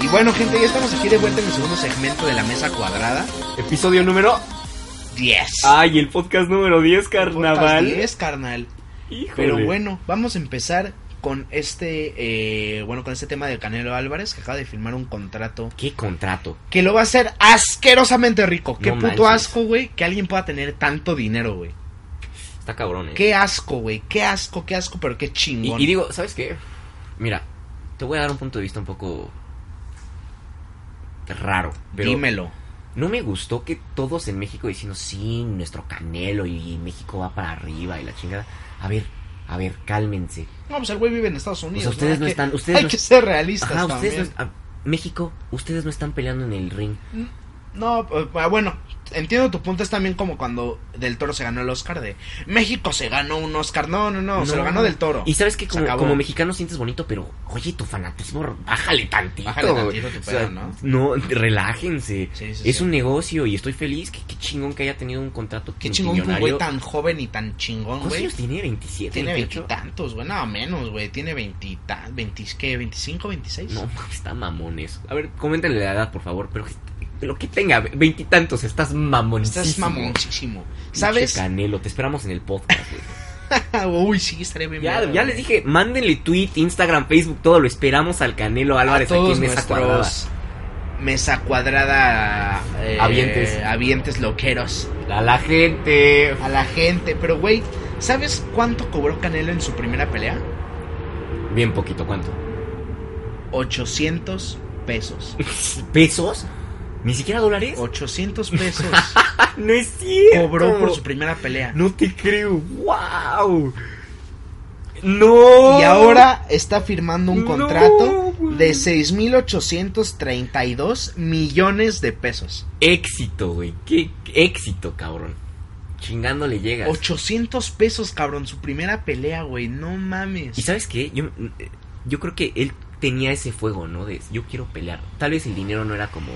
Y bueno, gente, ya estamos aquí de vuelta en el segundo segmento de la mesa cuadrada. Episodio número 10. Ay, el podcast número 10, Podcast Ah, carnaval. 10, carnal. Híjole. Pero bueno, vamos a empezar con este eh, bueno con este tema de Canelo Álvarez que acaba de firmar un contrato Qué contrato. que lo va a hacer asquerosamente rico. Qué No puto manches. asco, güey, que alguien pueda tener tanto dinero, güey. Está cabrón, eh. Qué asco, güey, qué asco, qué asco, pero qué Y, chingón. y digo, ¿sabes qué? Mira, te voy a dar un punto de vista un poco raro. Pero dímelo. No me gustó que todos en México diciendo, sí, nuestro canelo y México va para arriba y la chingada. A ver, a ver, cálmense. No, pues el güey vive en Estados Unidos. ustedes Hay no que- están- ustedes hay no- que ser realistas Ajá, ustedes también. no- ah, México, ustedes no están peleando en el ring. No, eh, bueno, entiendo tu punto. Es también como cuando Del Toro se ganó el Oscar de México se ganó un Oscar. No, no, no, se lo ganó Del Toro. Y sabes que Se como, acabó. como mexicano sientes bonito, pero oye, tu fanatismo, bájale tantito. Bájale tantito güey. tu O sea, pedo, ¿no? No, relájense. Sí, sí, es sí. un negocio y estoy feliz. que qué chingón que haya tenido un contrato Qué chingón que un multimillonario. güey tan joven y tan chingón, ¿Cuántos güey. años tiene? ¿27? Tiene 28? veintitantos, güey, nada menos, güey. Tiene veintita, veintis, ¿qué? ¿Veinticinco, veintiséis? No, mames, está mamón eso. A ver, coméntenle la edad, por favor. Pero que, pero que tenga veintitantos, estás mamón. Estás mamoncísimo. ¿Sabes? Canelo, te esperamos en el podcast, güey. Uy, sí, estaría bien. Ya, verga, ya güey. les dije, mándenle tweet, Instagram, Facebook, todo. Lo esperamos al Canelo a Álvarez aquí todos en Mesa Cuadrada. nuestros mesa cuadrada eh, Habientes. habientes loqueros A la gente. a la gente. Pero, güey, ¿sabes cuánto cobró Canelo en su primera pelea? Bien poquito, ¿cuánto? 800 pesos. ¿Pesos? ¿Ni siquiera dólares? 800 pesos Ah, no es cierto. cobró por su primera pelea. No te creo. ¡Wow! ¡No! Y ahora está firmando un No, contrato güey. de 6.832 millones de pesos. Éxito, güey. Qué éxito, cabrón. Chingando le llegas. 800 pesos, cabrón, su primera pelea, güey, no ¿Y mames. sabes qué? Yo, yo creo que él tenía ese fuego, ¿no? De yo quiero pelear. Tal vez el dinero no era como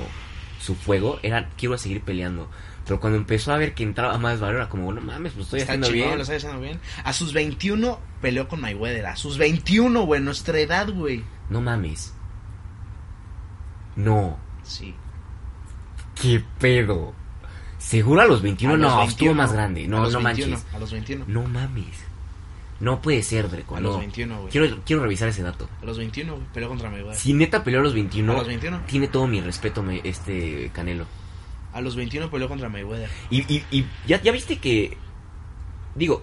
su fuego, era quiero seguir peleando. Pero cuando empezó a ver que entraba más valor, era como, no mames, lo estoy Está haciendo chingón, bien. lo está haciendo bien. A sus 21 peleó con Mayweather. A sus 21, güey, nuestra edad, güey. No mames. No. Sí. ¿Qué pedo? Seguro a los 21 A los no, 21. estuvo más grande. a No, los no 21, manches. A los 21. No mames. No puede ser, Dreco. A no. los 21, güey. Quiero, quiero revisar ese dato. A los 21, güey. Peleó contra Mayweather. Si neta peleó a los 21, A los 21. tiene todo mi respeto me- este Canelo. A los 21 peleó contra Mayweather. Y, y- y ya, ya viste que. Digo,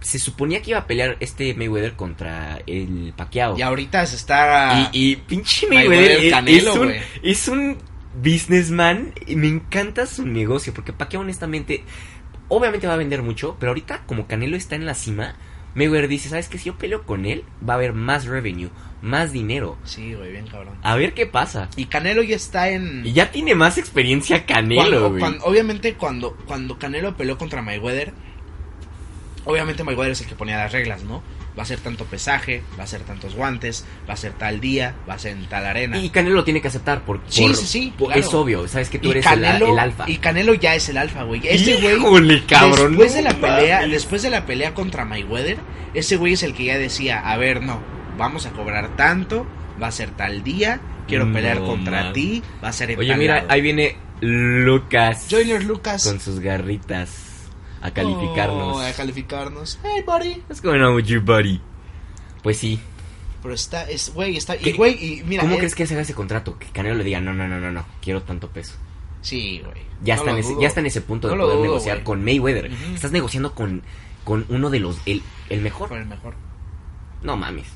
se suponía que iba a pelear este Mayweather contra el Paquiao. Y ahorita se está. Oh. Y, y pinche Mayweather Mayweather es, Ah, Canelo, es un, güey. es un businessman. y Me encanta su negocio. Porque Pacquiao, honestamente, obviamente va a vender mucho. Pero ahorita, como Canelo está en la cima, Mayweather dice: ¿Sabes qué? Si yo peleo con él, va a haber más revenue, más dinero. Sí, güey, bien cabrón. A ver qué pasa. Y Canelo ya está en. Y ya tiene más experiencia Cuando- Canelo, güey. cuando- obviamente cuando, cuando Canelo peleó contra Mayweather, obviamente Mayweather es el que ponía las reglas, ¿no? Va a ser tanto pesaje, va a ser tantos guantes, va a ser tal día, va a ser en tal arena. Y Canelo lo tiene que aceptar por, Sí, por- sí, sí, por- claro. es obvio, sabes que tú Y eres el a- Canelo, el, alfa. Y Canelo ya es el alfa, güey. Ese güey, Híjole, cabrón. después de no la pelea, mames. después de la pelea contra Mayweather, ese güey es el que ya decía, a ver, no, vamos a cobrar tanto, va a ser tal día, quiero No pelear contra mames. ti, va a ser en Oye, tal mira, lado". ahí viene Lucas Joyner Lucas con sus garritas a calificarnos. Oh, a calificarnos. Hey, buddy. Es como no, you buddy. Pues sí. Pero está, es, güey, está, y ¿Qué? güey, y mira. ¿Cómo eh, crees que se haga ese contrato? Que Canelo le diga, "No, no, no, no, no, quiero tanto peso." Sí, güey. Ya, No está, en lo ese, dudo. ya está en ese punto No de lo poder dudo, negociar güey. con Mayweather. Ujú. Estás negociando con, con uno de los el, el mejor. Con el mejor. No mames.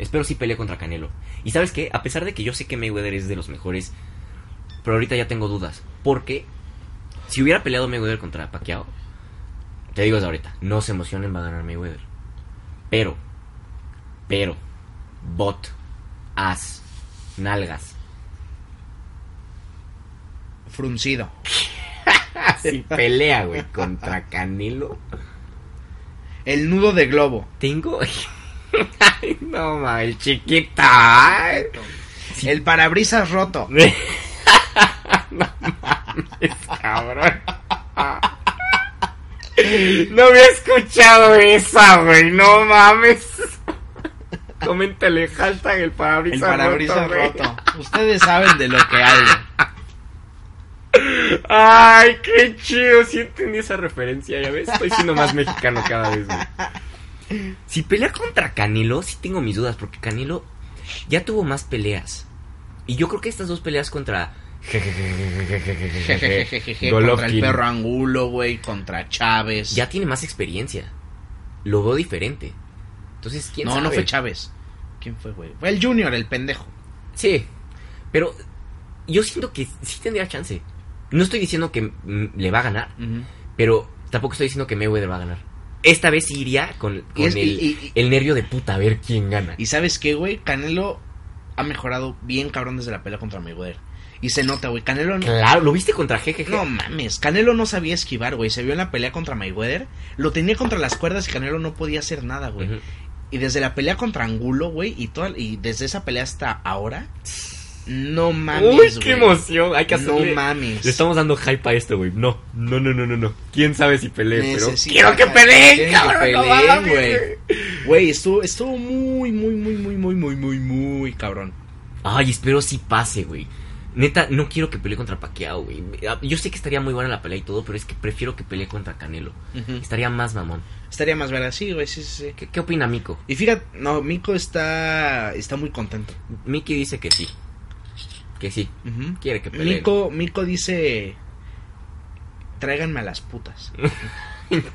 Espero sí pelee contra Canelo. Y sabes qué, a pesar de que yo sé que Mayweather es de los mejores, pero ahorita ya tengo dudas. Porque si hubiera peleado Mayweather contra Pacquiao, te digo desde ahorita, no se emocionen, va a ganar Mayweather. Pero, pero, bot, as, nalgas. Fruncido. Si pelea, güey, contra Canelo, El nudo de globo. tengo... Ay, no mames, chiquita. Sí. El parabrisas roto. no mames, cabrón. No había escuchado esa, güey. No mames. Coméntale hashtag el El parabrisas parabrisas güey. roto. Ustedes saben de lo que hablo. Ay, qué chido. Sí entendí esa referencia, ya ves. Estoy siendo más mexicano cada vez, güey. Si pelea contra Canelo, sí tengo mis dudas, porque Canelo ya tuvo más peleas. Y yo creo que estas dos peleas contra. Jejejejeje, contra el Golovkin perro Angulo, güey, contra Chávez. Ya tiene más experiencia. Lo veo diferente. Entonces, ¿quién no, sabe? no fue Chávez. ¿Quién fue, güey? Fue el Junior, el pendejo. Sí, pero yo siento que sí tendría chance. No estoy diciendo que mm, le va a ganar, pero tampoco estoy diciendo que Mayweather va a ganar. Esta vez sí iría con, con Y es- el, E. y- y- el nervio de puta a ver quién gana. Y sabes qué, güey, Canelo ha mejorado bien cabrón desde la pelea contra Mayweather. Y se nota, güey, Canelo no, claro, ¿lo viste contra GGG? no mames, Canelo no sabía esquivar, güey, se vio en la pelea contra Mayweather, lo tenía contra las cuerdas y Canelo no podía hacer nada, güey. Ujú. Y desde la pelea contra Angulo, güey, y toda, y desde esa pelea hasta ahora, no mames, Uy, qué güey. emoción. Hay que No hacerle... mames. le estamos dando hype a esto, güey. No, no, no, no, no, no. ¿Quién sabe si pelee? Pero... Necesita- ¡Quiero que Quieren peleen, que cabrón! no peleen, mames, güey. Güey, estuvo, estuvo muy, muy, muy, muy, muy, muy, muy, muy cabrón. Ay, espero sí pase, güey. Neta, no quiero que pelee contra Pacquiao, güey. Ah, Yo sé que estaría muy buena la pelea y todo, pero es que prefiero que pelee contra Canelo. Estaría más mamón. Estaría más verga, sí, güey, sí, sí, sí. ¿Qué, qué opina Miko? Y fíjate, no, Miko está, está muy contento. Miki dice que sí. Que sí. Ujú. Quiere que pelee. Miko, Miko dice, tráiganme a las putas. Miko,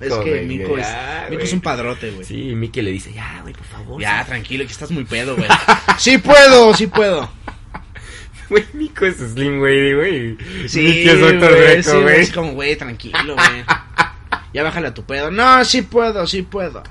Es que güey, Miko es, ya, Miko güey. es un padrote, güey. Sí, Miki le dice, ya, güey, por favor. Ya, tranquilo, que estás muy pedo, güey. sí puedo, sí puedo. Güey, Miko es Slim, güey, güey. Sí, Miki es Dr. güey, Greco, sí, güey, güey. es como, güey, tranquilo, güey. Ya bájale a tu pedo. No, sí puedo, sí puedo.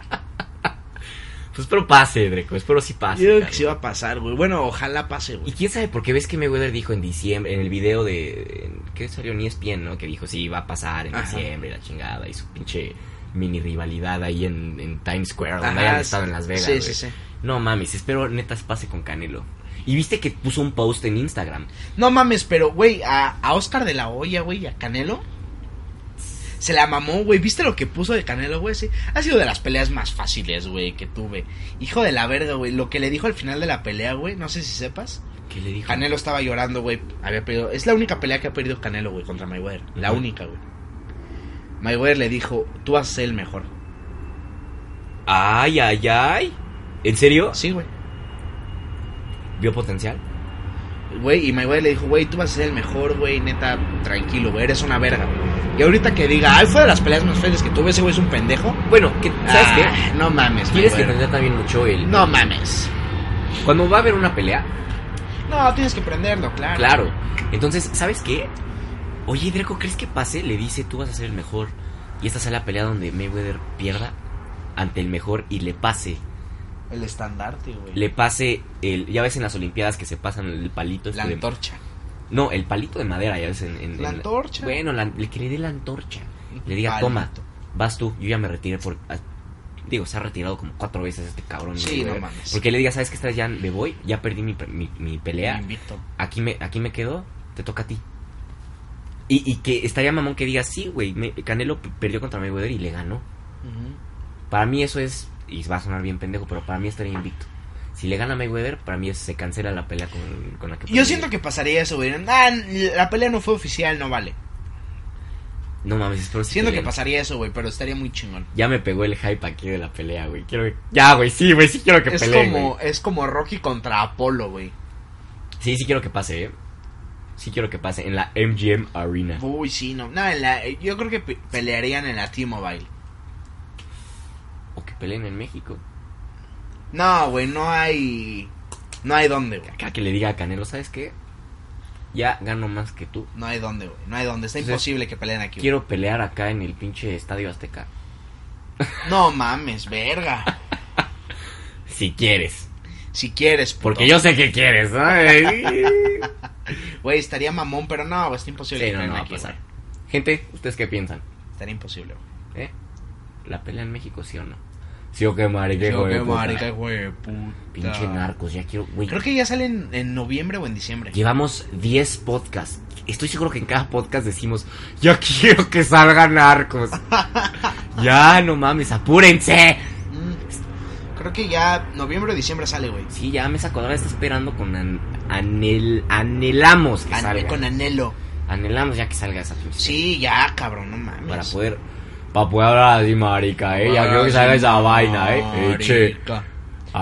Pues espero pase, Greco. Espero sí pase. Yo creo que cabrón. sí va a pasar, güey. Bueno, ojalá pase, Y güey. quién sabe por qué ves que Mayweather dijo en diciembre, en el video de. en- ¿Qué salió en E ESPN, no? Que dijo, sí, va a pasar en Ajá. diciembre, la chingada, y su pinche mini rivalidad ahí en, en Times Square, donde Ajá, hayan sí. estado en Las Vegas. Sí, güey. sí, sí. No mames, espero netas pase con Canelo. Y viste que puso un post en Instagram. No mames, pero, güey, a, a Oscar de la Hoya, güey, y a Canelo. Se la mamó, güey. ¿Viste lo que puso de Canelo, güey? Sí. Ha sido de las peleas más fáciles, güey, que tuve. Hijo de la verga, güey. Lo que le dijo al final de la pelea, güey, no sé si sepas. ¿Qué le dijo? Canelo estaba llorando, güey. Había perdido. Es la única pelea que ha perdido Canelo, güey, contra Mayweather. La Ujú. única, güey. Mayweather le dijo, tú vas a ser el mejor. Ay, ay, ay. ¿En serio? Sí, güey. ¿Vio potencial? Güey, y Mayweather le dijo, güey, tú vas a ser el mejor, güey, neta, tranquilo, güey, eres una verga. Y ahorita que diga, ay, fue de las peleas más felices que tuve, ese güey es un pendejo. Bueno, que, ¿sabes Ah, No mames, qué? Tienes que Mayweather. entender también mucho el. No mames. Cuando va a haber una pelea, No, tienes que prenderlo, claro. Claro. Entonces, ¿sabes qué? Oye, Draco, ¿crees que pase? Le dice, tú vas a ser el mejor. Y esta sea la pelea donde Mayweather pierda ante el mejor y le pase. El estandarte, güey. Le pase el... Ya ves en las Olimpiadas que se pasan el palito. este La de- antorcha. no, el palito de madera, ya ves en... en- La en- antorcha. Bueno, la- le que le dé la antorcha. Le diga, Palito. toma, vas tú. Yo ya me retiré por... a- digo, se ha retirado como cuatro veces este cabrón. Sí, no Mayweather. mames. Porque le diga, ¿sabes que Esta vez ya me voy, ya perdí mi, pe- mi- mi pelea Invicto. aquí me, aquí me quedo, te toca a ti. Y, y que estaría mamón que diga, sí, güey, me- Canelo p- perdió contra Mayweather y le ganó. Ujú. Para mí eso es, y va a sonar bien pendejo, pero para mí estaría invicto. Si le gana Mayweather, para mí es- se cancela la pelea con, con la que... Yo siento que pasaría eso, güey. Ah, la pelea no fue oficial, no vale. No mames, espero sí Siento que peleen. pasaría eso, güey, pero estaría muy chingón. Ya me pegó el hype aquí de la pelea, güey. Quiero que- Ya, güey, sí, güey, sí quiero que Es peleen, como, güey. es como Rocky contra Apolo, güey. Sí, sí quiero que pase, ¿eh? Sí quiero que pase en la MGM Arena. Uy, sí, no. No, en la- yo creo que pe- pelearían en la T-Mobile. O que peleen en México. No, güey, no hay. No hay dónde, güey. Acá que le diga a Canelo, ¿sabes qué? Ya gano más que tú. No hay dónde, güey. No hay dónde. Está Entonces, imposible que peleen aquí. güey. Quiero pelear acá en el pinche Estadio Azteca. No mames, verga. Si quieres. Si quieres, puto. Porque yo sé que quieres, ¿no? Güey, estaría mamón, pero no, güey, está imposible sí, que no, peleen pues, no va a aquí, pasar. güey. Gente, ¿ustedes qué piensan? Estaría imposible, güey. ¿Eh? ¿La pelea en México sí o no? Sí, o qué marica, hijo Digo, de qué puta. marica, güey, de puta. Pinche narcos, ya quiero, güey. Creo que ya salen en noviembre o en diciembre. Llevamos 10 podcasts. Estoy seguro que en cada podcast decimos, yo quiero que salgan narcos. ya, no mames, apúrense. Mm, Creo que ya noviembre o diciembre sale, güey. Sí, ya me sacó, ahora está esperando con an- anhel- anhelamos que An- salga. con anhelo. Anhelamos ya que salga esa pinche Sí, ya, cabrón, no mames. serie. Para poder, para poder hablar así, marica, eh. Ya Ah, quiero que salga sí, esa vaina, eh. Eh, che. marica. acá.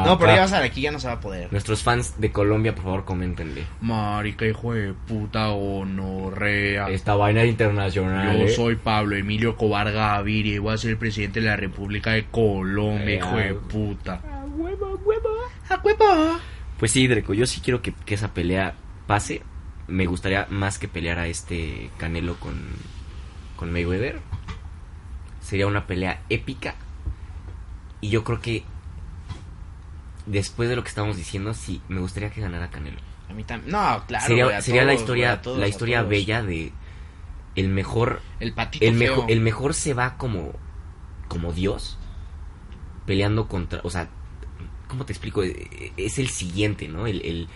No, pero ya va a salir aquí, ya no se va a poder. Nuestros fans de Colombia, por favor, coméntenle. Marica, hijo de puta honorrea. Esta vaina es internacional. Yo eh. soy Pablo Emilio Cobar Gaviria y voy a ser el presidente de la República de Colombia, Eh, hijo de ah. puta. A huevo, a huevo. ¡A huevo! Pues sí, Dreco, yo sí quiero que, que esa pelea pase. Me gustaría más que pelear a este Canelo con, con Mayweather. Sería una pelea épica. Y yo creo que después de lo que estamos diciendo, sí, me gustaría que ganara Canelo. A mí también. No, claro. sería güey, a sería la todos, historia, güey, a todos, la a historia todos. bella de el mejor, El patito el feo. mejor, el mejor se va como, como Dios peleando contra, o sea, ¿cómo te explico? E- e- Es el siguiente, ¿no? El, el-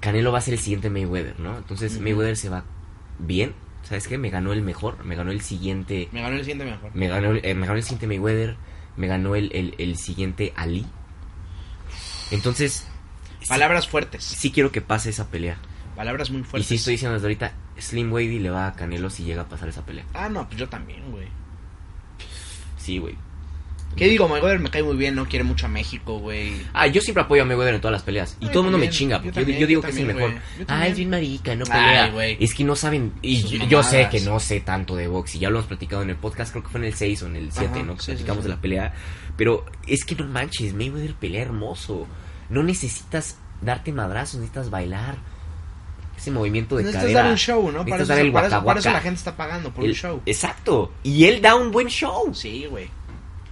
Canelo va a ser el siguiente Mayweather, ¿no? Entonces Ujú. Mayweather se va bien, ¿sabes qué? Me ganó el mejor, me ganó el siguiente, Me ganó el siguiente mejor. me ganó, el- eh, me ganó el siguiente Mayweather, me ganó el, el- el siguiente Ali. Entonces, sí- Palabras fuertes. sí quiero que pase esa pelea. Palabras muy Y fuertes. sí estoy diciendo desde ahorita, Slim Wady le va a Canelo si llega a pasar esa pelea. Ah, no, pues yo también, güey. Sí, güey. ¿Qué digo? Mayweather me cae muy bien, no quiere mucho a México, güey. Ah, yo siempre apoyo a Mayweather en todas las peleas. Y Ay, todo el mundo me también. chinga. Yo porque Yo, también, yo digo yo que es el también, mejor. güey. Yo Ah, también. es bien marica, no Ay, pelea. güey. es que no saben. Y Sus yo, yo sé mamadas. que no sé tanto de box. Y ya lo hemos platicado en el podcast. Creo que fue en el 6 o en el 7, Ajá, ¿no? Que sí, platicamos sí, sí. de la pelea. Pero es que no manches. Mayweather pelea hermoso. No necesitas darte madrazos. Necesitas bailar. Ese movimiento de Necesitas cadera. dar un show, ¿no? Para Necesitas eso, dar el para eso- para eso guacahuaca. la gente está pagando por El- un show. Exacto. Y él da un buen show. Sí, güey.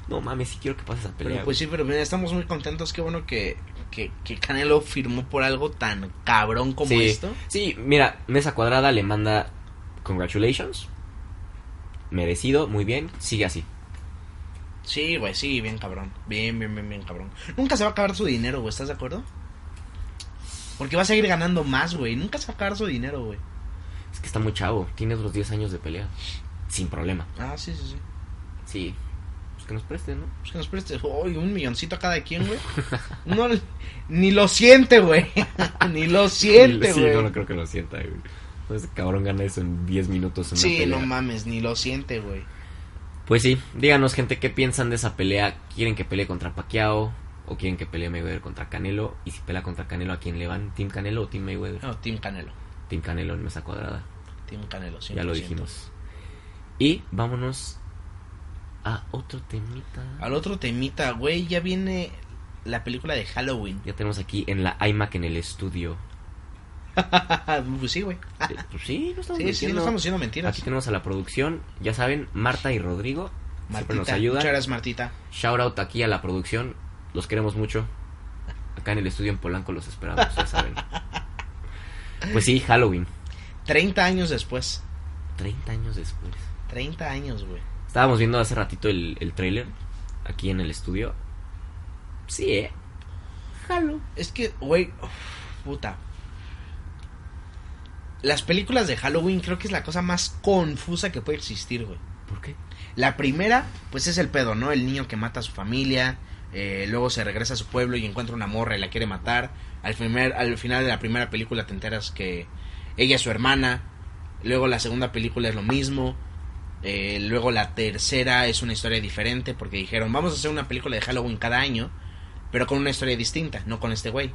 No mames, sí quiero que pase esa pelea. Pero pues sí, pero mira, estamos muy contentos. Qué bueno que, que, que Canelo firmó por algo tan cabrón como sí, esto. Sí, mira, Mesa Cuadrada le manda congratulations. Merecido, muy bien, sigue así. Sí, güey, sí, bien cabrón. Bien, bien, bien, bien cabrón. Nunca se va a acabar su dinero, güey, ¿estás de acuerdo? Porque va a seguir ganando más, güey. Nunca se va a acabar su dinero, güey. Es que está muy chavo, tiene otros 10 años de pelea. Sin problema. Ah, sí, sí, sí. Sí. Pues que nos presten, ¿no? Pues que nos preste uy, un milloncito a cada quien, güey. No, ni lo siente, güey. ni lo siente, Sí, güey. no, no creo que lo sienta, güey. Entonces, cabrón, gana eso en 10 minutos. en una Sí, pelea. no mames, ni lo siente, güey. Pues sí, díganos, gente, ¿qué piensan de esa pelea? ¿Quieren que pelee contra Pacquiao? ¿O quieren que pelee Mayweather contra Canelo? Y si pelea contra Canelo, ¿a quién le van? ¿Team Canelo o Team Mayweather? No, Team Canelo. Team Canelo en Mesa Cuadrada. Team Canelo, sí. Ya lo dijimos. Y vámonos a otro temita. Al otro temita, güey, ya viene la película de Halloween. Ya tenemos aquí en la iMac en el estudio. pues sí, güey. Eh, pues sí, no estamos Sí, sí, mintiendo. no estamos haciendo mentiras. Aquí tenemos a la producción, ya saben, Marta y Rodrigo. Siempre Martita, nos ayudan. Muchas gracias, Martita. Shout out aquí a la producción. Los queremos mucho. Acá en el estudio en Polanco los esperamos, ya saben. Pues sí, Halloween. 30 años después. 30 años después. 30 años, güey. Estábamos viendo hace ratito el, el trailer aquí en el estudio. Sí, eh. Halloween. Es que, güey, uf, puta. Las películas de Halloween creo que es la cosa más confusa que puede existir, güey. ¿Por qué? La primera, pues es el pedo, ¿no? El niño que mata a su familia, eh, luego se regresa a su pueblo y encuentra una morra y la quiere matar. Al, primer, al final de la primera película te enteras que ella es su hermana. Luego la segunda película es lo mismo. Eh, luego la tercera es una historia diferente porque dijeron, vamos a hacer una película de Halloween cada año, pero con una historia distinta, no con este güey.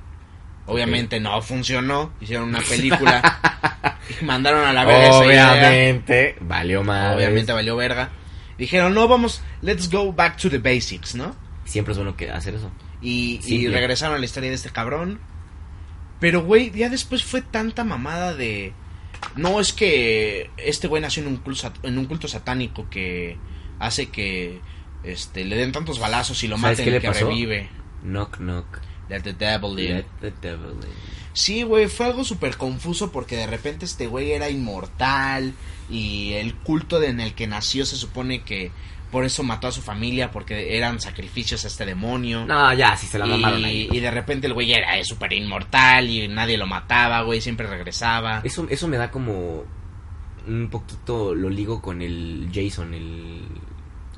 Obviamente no funcionó, hicieron una película y mandaron a la verga esa idea. Obviamente, valió más. Ah, Obviamente valió verga. Dijeron, no, vamos, let's go back to the basics, ¿no? Siempre es bueno que hacer eso. Y, y Simple. regresaron a la historia de este cabrón. Pero, güey, ya después fue tanta mamada de... No, es que este güey nació en un culto, sat- en un culto satánico que hace que este, le den tantos balazos y lo ¿Sabes maten qué le que pasó? revive. Knock, knock. Let the devil in. Let the devil in. Sí, güey, fue algo súper confuso porque de repente este güey era inmortal y el culto de- en el que nació se supone que Por eso mató a su familia, porque eran sacrificios a este demonio. No, ya, si se la mamaron ahí. y, y de repente el güey era súper inmortal y nadie lo mataba, güey, siempre regresaba. Eso, eso me da como un poquito lo ligo con el Jason, el,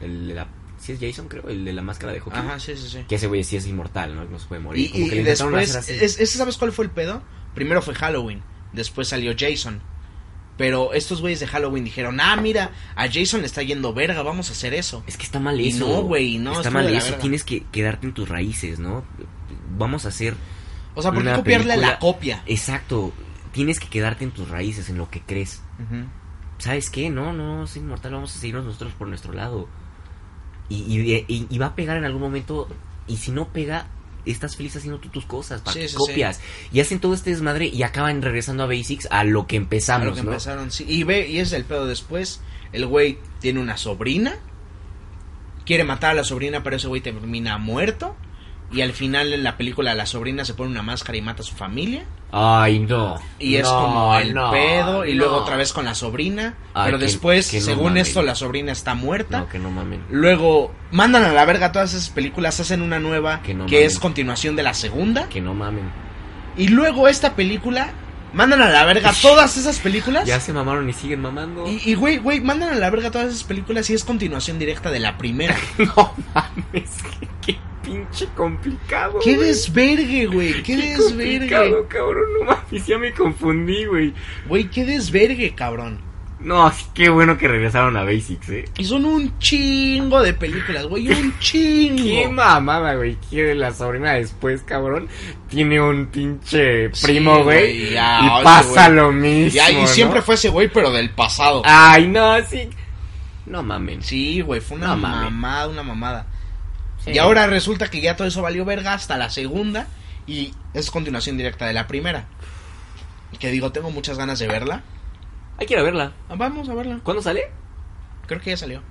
el de la, sí es Jason creo, el de la máscara de hockey. Ajá, sí, sí, sí. Que ese güey sí es inmortal, ¿no? No se puede morir. Y, como y que le intentaron después, hacer así. es- es- ¿sabes cuál fue el pedo? Primero fue Halloween, después salió Jason. Pero estos güeyes de Halloween dijeron, ah, mira, a Jason le está yendo verga, vamos a hacer eso. Es que está mal Y eso. no, güey, no, Está estuvo mal de la eso. verga. Tienes que quedarte en tus raíces, ¿no? Vamos a hacer. O sea, ¿por qué Una copiarle a película- la copia? Exacto. Tienes que quedarte en tus raíces, en lo que crees. ¿Sabes qué? No, no, es inmortal. Vamos a seguirnos nosotros por nuestro lado. Y, y- y- y va a pegar en algún momento. Y si no pega, estás feliz haciendo tú tus cosas. ¿Para Sí, qué sí, sí. copias? Y hacen todo este desmadre y acaban regresando a Basics a lo que empezamos, A lo que ¿no? empezaron, sí. Y ve, y es el pedo después. El güey tiene una sobrina. Quiere matar a la sobrina, pero ese güey termina muerto. Y al final en la película la sobrina se pone una máscara y mata a su familia. Ay, no. Y es No, como el no, pedo. Y luego no. otra vez con la sobrina. Ay, pero que- después, que no según mamen. esto, la sobrina está muerta. No, que no mamen. Luego mandan a la verga todas esas películas, hacen una nueva que, Que no es mamen. continuación de la segunda. Que no mamen. Y luego esta película, mandan a la verga todas esas películas. Ya se mamaron y siguen mamando. Y, y, güey, güey, mandan a la verga todas esas películas y es continuación directa de la primera. No mames, qué, qué pinche complicado. ¡Qué güey. desvergue, güey! ¡Qué Qué desvergue! complicado, cabrón, no mames, ya me confundí, güey. Güey, qué desvergue, cabrón. No, sí, qué bueno que regresaron a Basics, eh. Y son un chingo de películas, güey, un chingo. Qué mamada, güey. Que la sobrina después, cabrón, tiene un pinche Sí, primo, güey. güey, y ya, oye, pasa güey. lo mismo. y, ahí ¿no? Ah. siempre fue ese güey, pero del pasado. Ay, no, sí. No mames. Sí, güey, fue una No mames. mamada, una mamada. Y ahora resulta que ya todo eso valió verga hasta la segunda y es continuación directa de la primera. Que digo, tengo muchas ganas de verla. Hay que ir a verla. Ah, Vamos a verla. ¿Cuándo sale? Creo que ya salió.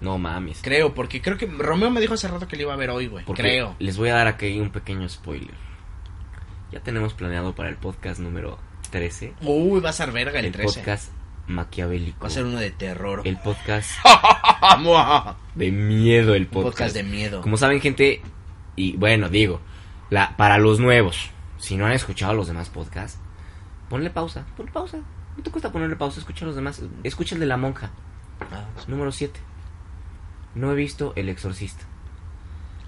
No mames. Creo, porque creo que Romeo me dijo hace rato que le iba a ver hoy, güey. Porque Creo. Les voy a dar aquí un pequeño spoiler. Ya tenemos planeado para el podcast número 13. Uy, va a ser verga el, El 13. podcast maquiavélico. Va a ser uno de terror. El podcast Muah. de miedo, el Un podcast. podcast de miedo. Como saben, gente, y bueno, digo, la, para los nuevos, si no han escuchado los demás podcasts, ponle pausa, ponle pausa. No te cuesta ponerle pausa, escucha los demás. Escucha el de la monja, Ah, número 7. No he visto El Exorcista.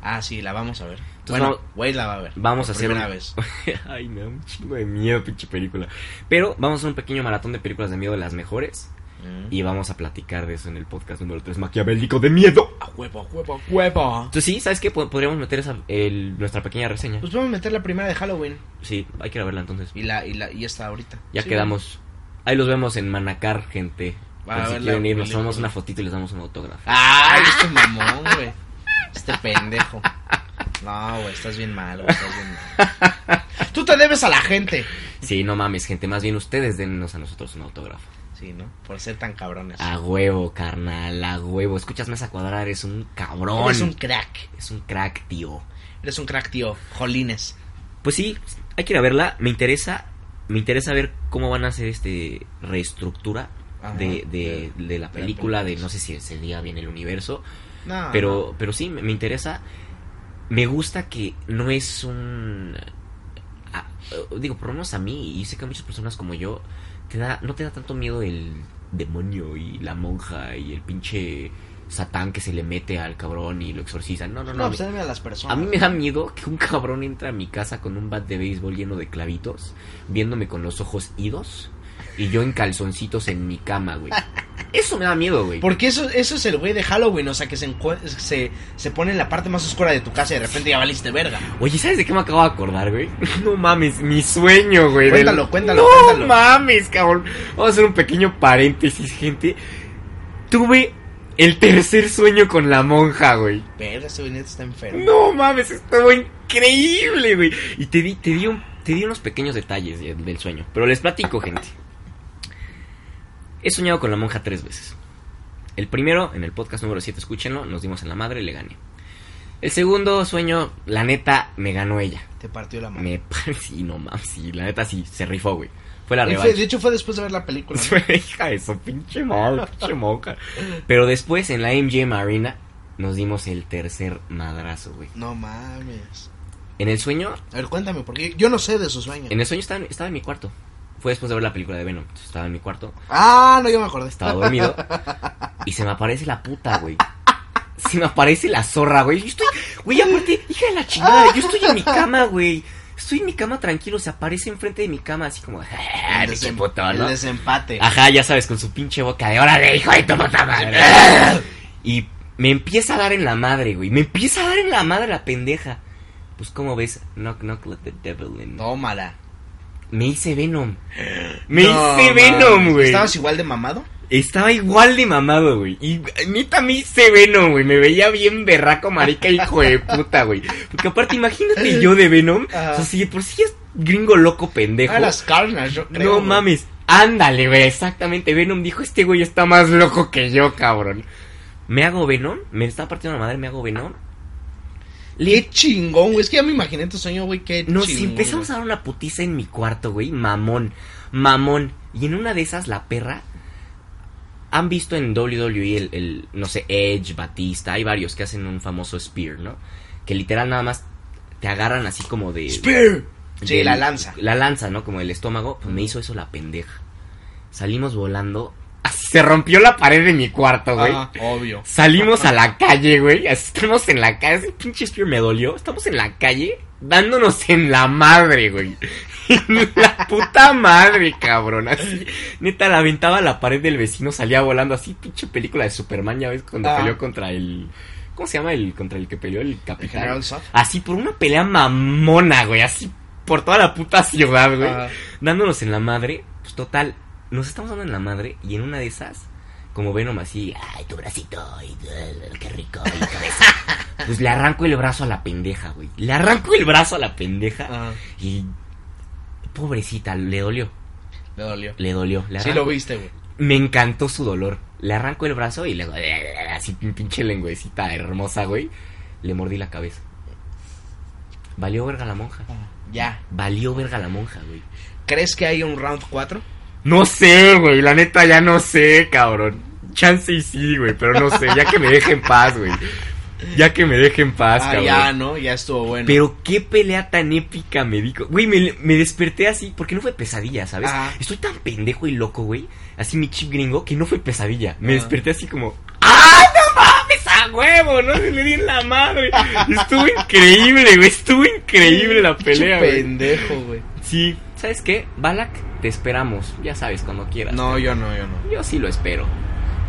Ah, sí, la vamos a ver. Entonces, bueno, vamos- güey, la va a ver. Vamos Por a hacer primera un- vez. Ay, me da un chingo de miedo, pinche película. Pero vamos a hacer un pequeño maratón de películas de miedo de las mejores. Mm. Y vamos a platicar de eso en el podcast número 3, maquiavélico de miedo. A huevo, a huevo, a huevo. Entonces, sí, ¿sabes qué? Po- Podríamos meter esa, el- nuestra pequeña reseña. Pues vamos a meter la primera de Halloween. Sí, hay que ir a verla entonces. Y la, y la, y esta ahorita. Ya Sí, quedamos. Ahí los vemos en Manacar, gente. Va a Por si ver la quieren ir, nos película. tomamos una fotito y les damos un autógrafo. Ay, este mamón, güey. Este pendejo. No, güey, estás bien mal, güey, estás bien mal. Tú te debes a la gente. Sí, no mames, gente. Más bien ustedes dennos a nosotros un autógrafo. Sí, ¿no? Por ser tan cabrones. A huevo, carnal, a huevo. Escuchas más a cuadrar, eres un cabrón. Eres un crack. Es un crack, tío. Eres un crack, tío. Jolines. Pues sí, hay que ir a verla. Me interesa, me interesa ver cómo van a hacer este reestructura Ajá. de, de- De- de la de película, de películas. no sé si se diga bien el universo. No. Pero, pero sí, me, me interesa. Me gusta que no es un. a- eh, digo, por lo menos a mí, y sé que a muchas personas como yo, te da, no te da tanto miedo el demonio y la monja y el pinche satán que se le mete al cabrón y lo exorciza. No, no, No, no. a, mí, pues debe a las a personas. mí me da miedo que un cabrón entre a mi casa con un bat de béisbol lleno de clavitos, viéndome con los ojos idos y yo en calzoncitos en mi cama, güey. Eso me da miedo, güey. Porque eso, eso es el güey de Halloween, o sea, que se, encue- se, se pone en la parte más oscura de tu casa y de repente ya valiste verga. Oye, ¿sabes de qué me acabo de acordar, güey? No mames, mi sueño, güey. del- Cuéntalo, cuéntalo, no cuéntalo. mames, cabrón. Vamos a hacer un pequeño paréntesis, gente. Tuve el tercer sueño con la monja, güey. Verga, ese güey neta está enfermo. No mames, estuvo increíble, güey. Y te di, te di, un- te di unos pequeños detalles de- del sueño. Pero les platico, gente. He soñado con la monja tres veces. El primero, en el podcast número 7, escúchenlo, nos dimos en la madre, le gané. El segundo sueño, la neta, me ganó ella. Te partió la mano. Me sí, no mames, sí, la neta sí, se rifó, güey. Fue la Y fue- revancha. de hecho, fue después de ver la película. ¿no? Fue, Hija de eso, pinche madre, pinche moca. Pero después en la MGM Arena nos dimos el tercer madrazo, güey. No mames. En el sueño, A ver, cuéntame, porque yo no sé de sus sueños. en el sueño estaba, en- estaba en mi cuarto. Fue después de ver la película de Venom. entonces Estaba en mi cuarto, Ah, no, yo me acordé. estaba dormido. y se me aparece la puta, güey. Se me aparece la zorra, güey. Yo estoy, güey, aparte, hija de la chingada. Yo estoy en mi cama, güey. Estoy en mi cama tranquilo. Se aparece enfrente de mi cama, así como. "Ah, El pinche desem- puto, el ¿no? Ah. desempate. Ajá, ya sabes, con su pinche boca de hora de hijo de tu puta madre. Y me empieza a dar en la madre, güey. Me empieza a dar en la madre la pendeja. Pues, como ves? Knock, knock, let the devil in. Tómala. Me hice Venom. Me No, hice Venom, mames. güey. ¿Estabas igual de mamado? Estaba igual de mamado, güey. Y eh, neta, me hice Venom, güey. Me veía bien berraco, marica, hijo de puta, güey. Porque aparte, imagínate yo de Venom. Ajá. O sea, si de por sí es gringo loco pendejo. Ah, las carnas, yo creo. No güey. mames, ándale, güey, exactamente. Venom dijo, este güey está más loco que yo, cabrón. Me hago Venom, me está partiendo la madre, me hago Venom. Le- Qué chingón, güey. Es que ya me imaginé tu sueño, güey. Qué Nos chingón. empezamos a dar una putiza en mi cuarto, güey, mamón, mamón. Y en una de esas, la perra... Han visto en WWE el, el, no sé, Edge, Batista, hay varios que hacen un famoso Spear, ¿no? Que literal nada más te agarran así como de... Spear. Sí, del- la lanza. La lanza, ¿no? Como el estómago. Pues me hizo eso la pendeja. Salimos volando. Ah, Se rompió la pared de mi cuarto, güey. Ajá, Ah, obvio. Salimos a la calle, güey. Estamos en la calle. Ese pinche spear me dolió. Estamos en la calle dándonos en la madre, güey. En la puta madre, cabrón. Así, neta, la aventaba a la pared del vecino. Salía volando así. Pinche película de Superman, ya ves, cuando Ah. peleó contra el. ¿Cómo se llama el contra el que peleó el El capitán? general Zod. Así por una pelea mamona, güey. Así por toda la puta ciudad, güey. Ajá. Dándonos en la madre. Pues total, nos estamos dando en la madre. Y en una de esas, como Venom así, ay, tu bracito, ay, eh, qué rico, y cabeza. pues le arranco el brazo a la pendeja, güey. Le arranco el brazo a la pendeja. Ah, Y. Pobrecita, le dolió. le dolió. Le dolió. Le Sí arranco- lo viste, güey. Me encantó su dolor. Le arranco el brazo y luego, así, pin- pinche lengüecita hermosa, güey. Le mordí la cabeza. Valió verga la monja. Ah, Ya. Valió verga la monja, güey. ¿Crees que hay un round 4? No sé, güey. La neta ya no sé, cabrón. Chance y sí, güey. Pero no sé. Ya que me deje en paz, güey. Ya que me deje en paz, Ah, cabrón. ya, ¿no? Ya estuvo bueno. Pero qué pelea tan épica me dijo. Güey, me, me desperté así. Porque no fue pesadilla, ¿sabes? Ajá. Estoy tan pendejo y loco, güey. Así mi chip gringo que no fue pesadilla. Me Ah. desperté así como. ¡Ah, no mames! ¡A huevo! ¿No? Se le di en la madre. Estuvo increíble, güey. Estuvo increíble la Pinche pelea, güey. pendejo, güey. Sí. ¿Sabes qué? Balak, te esperamos. Ya sabes, cuando quieras. No, yo no, yo no. Yo sí lo espero.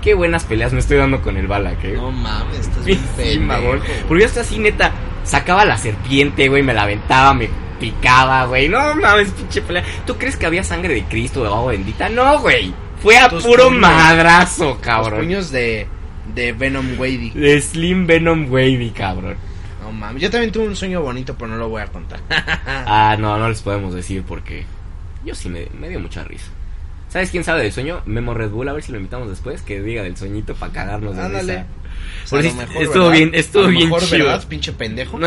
Qué buenas peleas me estoy dando con el Balak, eh. No mames, estás Sí, bien pendejo. mamón. güey. Porque yo hasta así, neta, sacaba la serpiente, güey, me la aventaba, me picaba, güey. No mames, pinche pelea. ¿Tú crees que había sangre de Cristo o de agua bendita? No, güey. Fue a Tus puro puños. madrazo, Los cabrón. puños de, de Venom Wadey. De Slim Venom Wavy, cabrón. No mames. Yo también tuve un sueño bonito, pero no lo voy a contar. Ah, no, no les podemos decir porque yo sí me, me dio mucha risa. ¿Sabes quién sabe del sueño? Memo Red Bull, a ver si lo invitamos después, que diga del sueñito para cagarnos pues, de Ándale. risa. O Por a si- lo mejor, estuvo ¿verdad? bien- estuvo A lo bien mejor, chido. ¿verdad, pinche pendejo?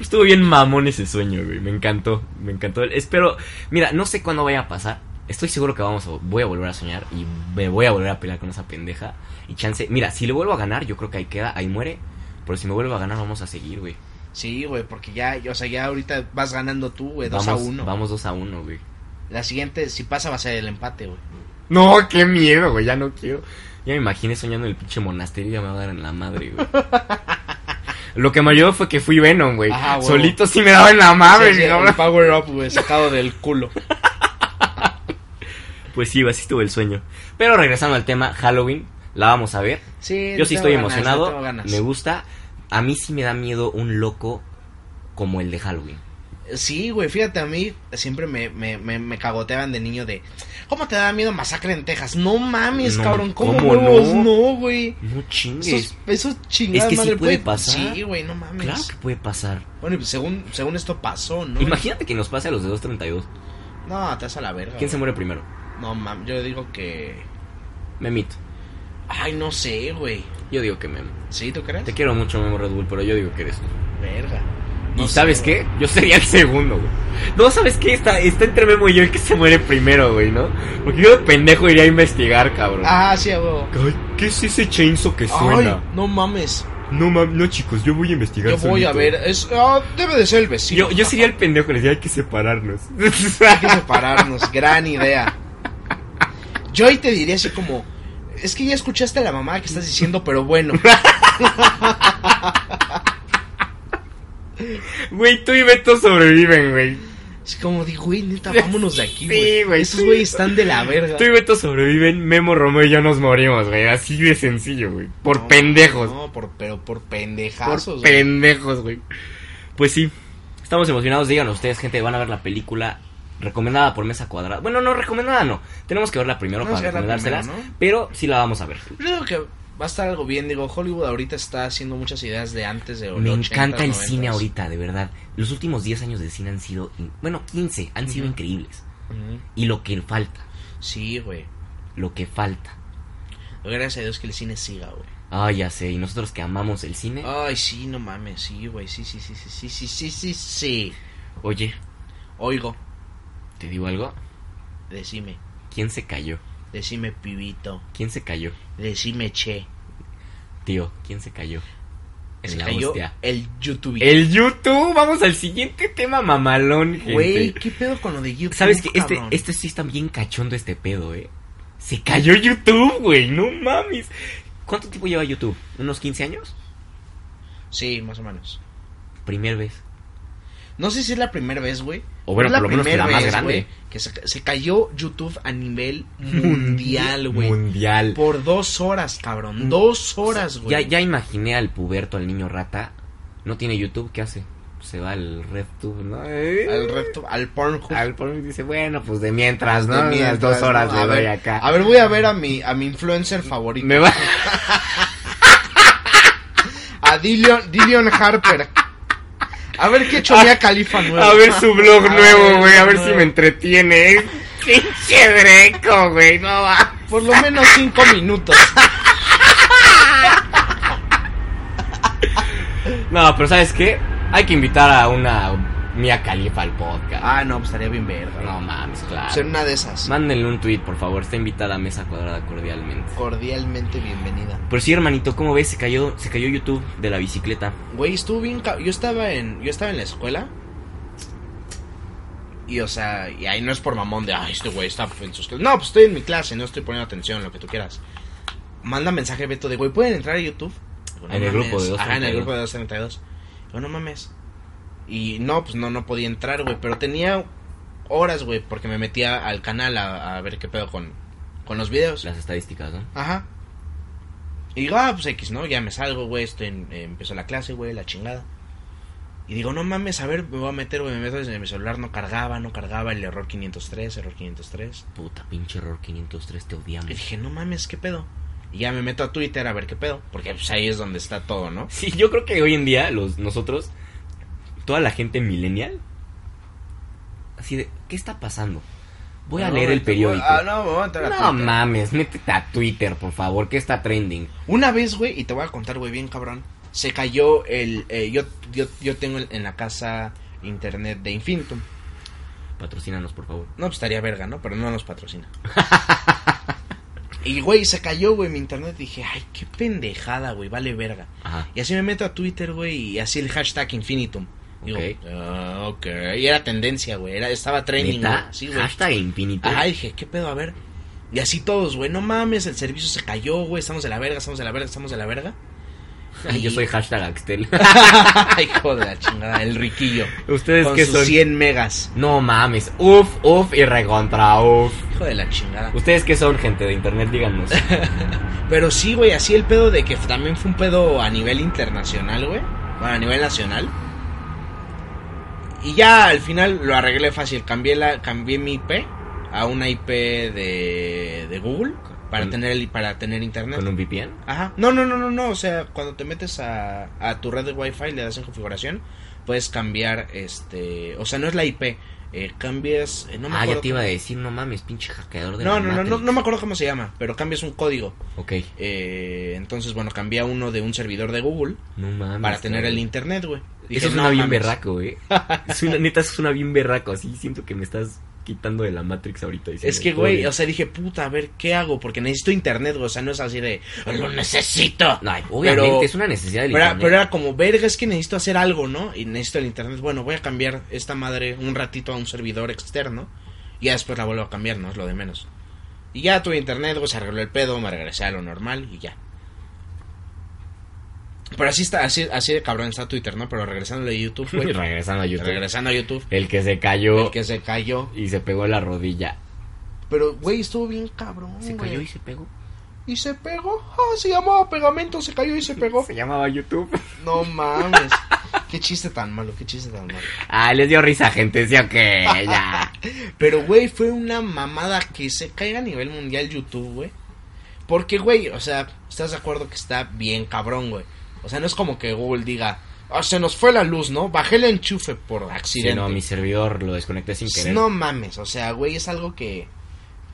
Estuvo bien mamón ese sueño, güey. Me encantó, me encantó. Espero, mira, no sé cuándo vaya a pasar. Estoy seguro que vamos a, voy a volver a soñar y me voy a volver a pelear con esa pendeja. Y chance, mira, si le vuelvo a ganar, yo creo que ahí queda, ahí muere. Pero si me vuelvo a ganar, vamos a seguir, güey. Sí, güey, porque ya, o sea, ya ahorita vas ganando tú, güey, 2 a Vamos- 1. Vamos 2 a 1, güey. La siguiente, si pasa, va a ser el empate, güey. No, qué miedo, güey, ya no quiero. Ya me imaginé soñando en el pinche monasterio y ya me va a dar en la madre, güey. Lo que me ayudó fue que fui Venom, güey. Ajá, huevo. Solito sí me daba en la madre, Sí, sí, cabrón. el power up, güey, sacado del culo. Pues sí, así estuvo el sueño. Pero regresando al tema, Halloween, la vamos a ver. Sí, Yo sí tengo estoy ganas, emocionado, tengo ganas. me gusta. A mí sí me da miedo un loco como el de Halloween. Sí, güey, fíjate, a mí siempre me, me, me, me cagoteaban de niño de... ¿Cómo te da miedo masacre en Texas? No mames, No, cabrón, ¿cómo, ¿cómo huevos? no? No, güey. No chingues. Esos, esos chingados Es que sí madre, puede pasar. Sí, güey, no mames. Claro que puede pasar. Bueno, y pues según, según esto pasó, ¿no? Imagínate que nos pase a los de 232. No, te vas a la verga. ¿Quién se güey. muere primero? No mames, yo digo que... Memito. Ay, no sé, güey. Yo digo que Memo. ¿Sí, tú crees? Te quiero mucho, Memo Red Bull, pero yo digo que eres tú. Verga. ¿Y No sé, sabes güey. qué? Yo sería el segundo, güey. No, ¿sabes qué? Está, está entre Memo y yo el que se muere primero, güey, ¿no? Porque yo de pendejo iría a investigar, cabrón. Ah, sí, a huevo. Ay, ¿Qué es ese chainsaw que Ay, no mames. No, mam, no, chicos, yo voy a investigar Yo voy solito. a ver. Es, ah, debe de ser el vecino. Yo, yo sería el pendejo que les decía, hay que separarnos. Hay que separarnos. gran idea. Yo ahí te diría así como. Es que ya escuchaste a la mamá que estás diciendo, pero bueno. Güey, tú y Beto sobreviven, güey. Es como digo, güey, neta, vámonos de aquí, Sí, güey. güey, Esos sí. güeyes están de la verga. Tú y Beto sobreviven, Memo, Romeo y yo nos morimos, güey. Así de sencillo, güey. Por No, pendejos. No, por, pero por por pendejazos. güey. pendejos, güey. Pues sí. Estamos emocionados, díganos ustedes, gente, van a ver la película recomendada por Mesa Cuadrada. Bueno, no, recomendada no. Tenemos que verla primero Vamos para a verla recomendárselas, primero, ¿no? pero sí la vamos a ver. Yo creo que va a estar algo bien. Digo, Hollywood ahorita está haciendo muchas ideas de antes de los Me 80s, encanta el 90s. cine ahorita, de verdad. Los últimos 10 años del cine han sido, in- bueno, 15, han sido Ujú. increíbles. Ujú. Y lo que falta, Sí, güey. lo que falta. Gracias a Dios que el cine siga, güey. Ah, ya sé, y nosotros que amamos el cine. Ay, sí, no mames. Sí, güey. Sí, sí, sí, sí, sí, sí, sí, sí, sí. Oye, Oigo, te digo algo. decime. ¿Quién se cayó? Decime, pibito. ¿Quién se cayó? Decime, che. Tío, ¿quién se cayó? En Se la cayó hostia. el YouTube. El YouTube, vamos al siguiente tema mamalón, gente. Güey, ¿qué pedo con lo de YouTube? ¿Sabes que este, cabrón? este sí está bien cachondo este pedo, eh? Se cayó YouTube, güey, no mames. ¿Cuánto tiempo lleva YouTube? ¿Unos 15 años? Sí, más o menos. Primer vez. No sé si es la primera vez, güey. O bueno, Es la por lo menos que primera la más vez, grande. güey, que se, se cayó YouTube a nivel mundial, güey. Mundial. Por dos horas, cabrón. Mm. Dos horas, Ya, güey. ya imaginé al puberto, al niño rata. No tiene YouTube, ¿qué hace? Se va al RedTube, ¿no? Al recto, al Pornhub. Al porno y dice, bueno, pues de mientras, Ah, ¿no? De mientras, Las dos horas ¿no? le a doy ver, acá. A ver, voy a ver a mi, a mi influencer favorito. Me va... A Dillion, Dillion Harper. A ver qué chonea Califa nuevo. A ver su blog A nuevo, ver, güey, a ver no. si me entretiene. ¿eh? Pinche breco, güey, no va. Por lo menos cinco minutos. No, pero ¿sabes qué? Hay que invitar a una Mía Califa al podcast. Ah, no, pues estaría bien verga. no mames, claro. Ser una de esas. Mándenle un tweet, por favor. Está invitada a Mesa Cuadrada cordialmente. Cordialmente bienvenida. Pero sí, hermanito, ¿cómo ves? Se cayó, se cayó YouTube de la bicicleta. Güey, estuvo bien. ca- Yo estaba en. Yo estaba en la escuela. Y o sea, y ahí no es por mamón de ay este güey está en sus clases". No, pues estoy en mi clase, no estoy poniendo atención, lo que tú quieras. Manda mensaje Beto de güey, ¿pueden entrar a YouTube? Digo, "No En el mames". grupo de Ajá, en el 232. grupo de 232. Digo, no mames. Y no, pues no, no podía entrar, güey. Pero tenía horas, güey, porque me metía al canal a, a ver qué pedo con, con los videos. Las estadísticas, ¿no? Ajá. Y digo, ah, pues X, ¿no? Ya me salgo, güey, estoy en, eh, empezó la clase, güey, la chingada. Y digo, no mames, a ver, me voy a meter, güey, me meto desde mi celular, no cargaba, no cargaba, el error 503, error 503. Puta, pinche error 503, te Y odiamos. dije, no mames, ¿qué pedo? Y ya me meto a Twitter a ver qué pedo, porque pues ahí es donde está todo, ¿no? Sí, yo creo que hoy en día los nosotros, toda la gente millennial, así de, ¿qué está pasando? Voy a No, leer el te- periódico. Ah, no, me voy a meter a No Twitter. mames, métete a Twitter, por favor, que está trending. Una vez, güey, y te voy a contar, güey, bien cabrón. Se cayó el. eh, yo, yo, yo tengo en la casa internet de Infinitum. Patrocínanos, por favor. No, pues estaría verga, ¿no? Pero no nos patrocina. y, güey, se cayó, güey, mi internet. Dije, ay, qué pendejada, güey, vale verga. Ajá. Y así me meto a Twitter, güey, y así el hashtag infinitum. Digo, Ok. "Ah, ok. Y era tendencia, güey. era- Estaba trending, güey. ¿Neta? Sí, güey. Hashtag infinito. Ajá, dije, ¿qué pedo? A ver. Y así todos, güey, no mames, el servicio se cayó, güey, estamos de la verga, estamos de la verga, estamos de la verga. Yo soy hashtag Axtel. Ay, joder, la chingada, el riquillo. ¿Ustedes con qué sus son? 100 megas. No mames. Uf, uf y recontra uf. Hijo de la chingada. ¿Ustedes qué son, gente de internet? Díganos. Pero sí, güey, así el pedo de que también fue un pedo a nivel internacional, güey. Bueno, a nivel nacional. Y ya al final lo arreglé fácil. Cambié, la, cambié mi IP a una IP de, de Google para Con- tener, el- para tener internet. ¿Con un VPN? Ajá. No, no, no, no, no. O sea, cuando te metes a, a tu red de Wi-Fi, le das en configuración, puedes cambiar, este, o sea, no es la IP, eh, cambias, eh, no me ah, ya acuerdo te iba a decir, no mames, pinche hackeador de no, la no, no, no, Matrix. no me acuerdo cómo se llama, pero cambias un código. Ok, Eh, entonces, bueno, cambié a uno de un servidor de Google Ah, no mames. para tener güey. el internet, güey. Dije, Eso suena no bien mames. berraco, eh. Suena, neta, eso suena bien berraco. Así siento que me estás quitando de la Matrix ahorita. diciendo, Es que, todo güey, bien. o sea, dije, puta, a ver, ¿qué hago? Porque necesito internet, güey. O sea, no es así de, lo necesito. No, obviamente, pero- es una necesidad del Pero era, internet. pero era como, verga, es que necesito hacer algo, ¿no? Y necesito el internet. Bueno, voy a cambiar esta madre un ratito a un servidor externo. Y ya después la vuelvo a cambiar, ¿no? Es lo de menos. Y ya tuve internet, güey, se arregló el pedo, me regresé a lo normal y ya. Pero así está, así, así de cabrón está Twitter, ¿no? Pero regresando a YouTube, Y güey. regresando a YouTube. regresando a YouTube, El que se cayó el que se cayó. y se pegó en la rodilla. Pero, güey, estuvo bien cabrón. Se güey. cayó y se pegó. y se pegó. Ah, se llamaba pegamento, se cayó y se pegó. Se llamaba YouTube. No mames. qué chiste tan malo, qué chiste tan malo. Ah, les dio risa, gente. Sí, ok, ya. Pero, güey, fue una mamada que se caiga a nivel mundial YouTube, güey. Porque, güey, o sea, ¿estás de acuerdo que está bien cabrón, güey? O sea, no es como que Google diga, "Ah, se nos fue la luz, ¿no? Bajé el enchufe por Si accidente. no, mi servidor lo desconecté sin querer. Pues, No mames, o sea, güey, es algo que,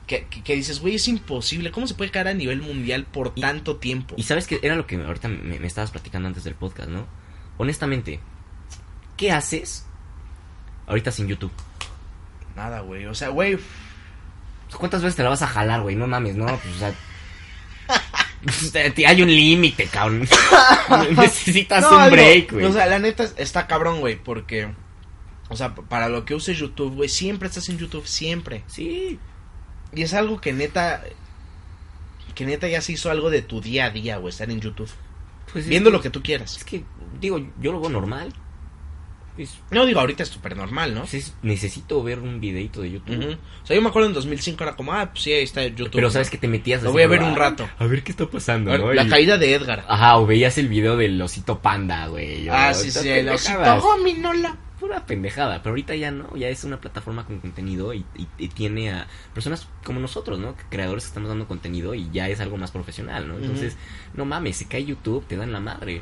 que, que- que dices, güey, es imposible. ¿Cómo se puede caer a nivel mundial por tanto tiempo? Y sabes que era lo que ahorita me, me estabas platicando antes del podcast, ¿no? Honestamente, ¿qué haces ahorita sin YouTube? Nada, güey, o sea, güey, ¿Cuántas veces te la vas a jalar, güey? No mames, no, pues, o sea... Te- te- Hay un límite, cabrón. Necesitas No, un digo, break, güey. O sea, la neta está cabrón, güey, porque... O sea, para lo que uses YouTube, güey, siempre estás en YouTube, siempre. sí. Y es algo que neta... Que neta ya se hizo algo de tu día a día, güey, estar en YouTube. Pues, viendo es, lo que tú Es quieras. que, digo, yo lo veo normal. Es- No digo, ahorita es súper normal, ¿no? pues, es- necesito ver un videito de YouTube. Ujú. O sea, yo me acuerdo en 2005 era como, ah, pues sí, ahí está YouTube. Pero sabes que te metías... Lo así voy a como, ver un "Ah, rato". A ver qué está pasando, A ver, ¿no? La Y- caída de Edgar. Ajá, o veías el video del osito panda, güey. o- Ah, sí, esas sí, el osito pendejadas. gominola. Pura pendejada, pero ahorita ya no, ya es una plataforma con contenido y, y- y tiene a personas como nosotros, ¿no? Creadores que estamos dando contenido y ya es algo más profesional, ¿no? Entonces, no mames, se cae YouTube, te dan la madre.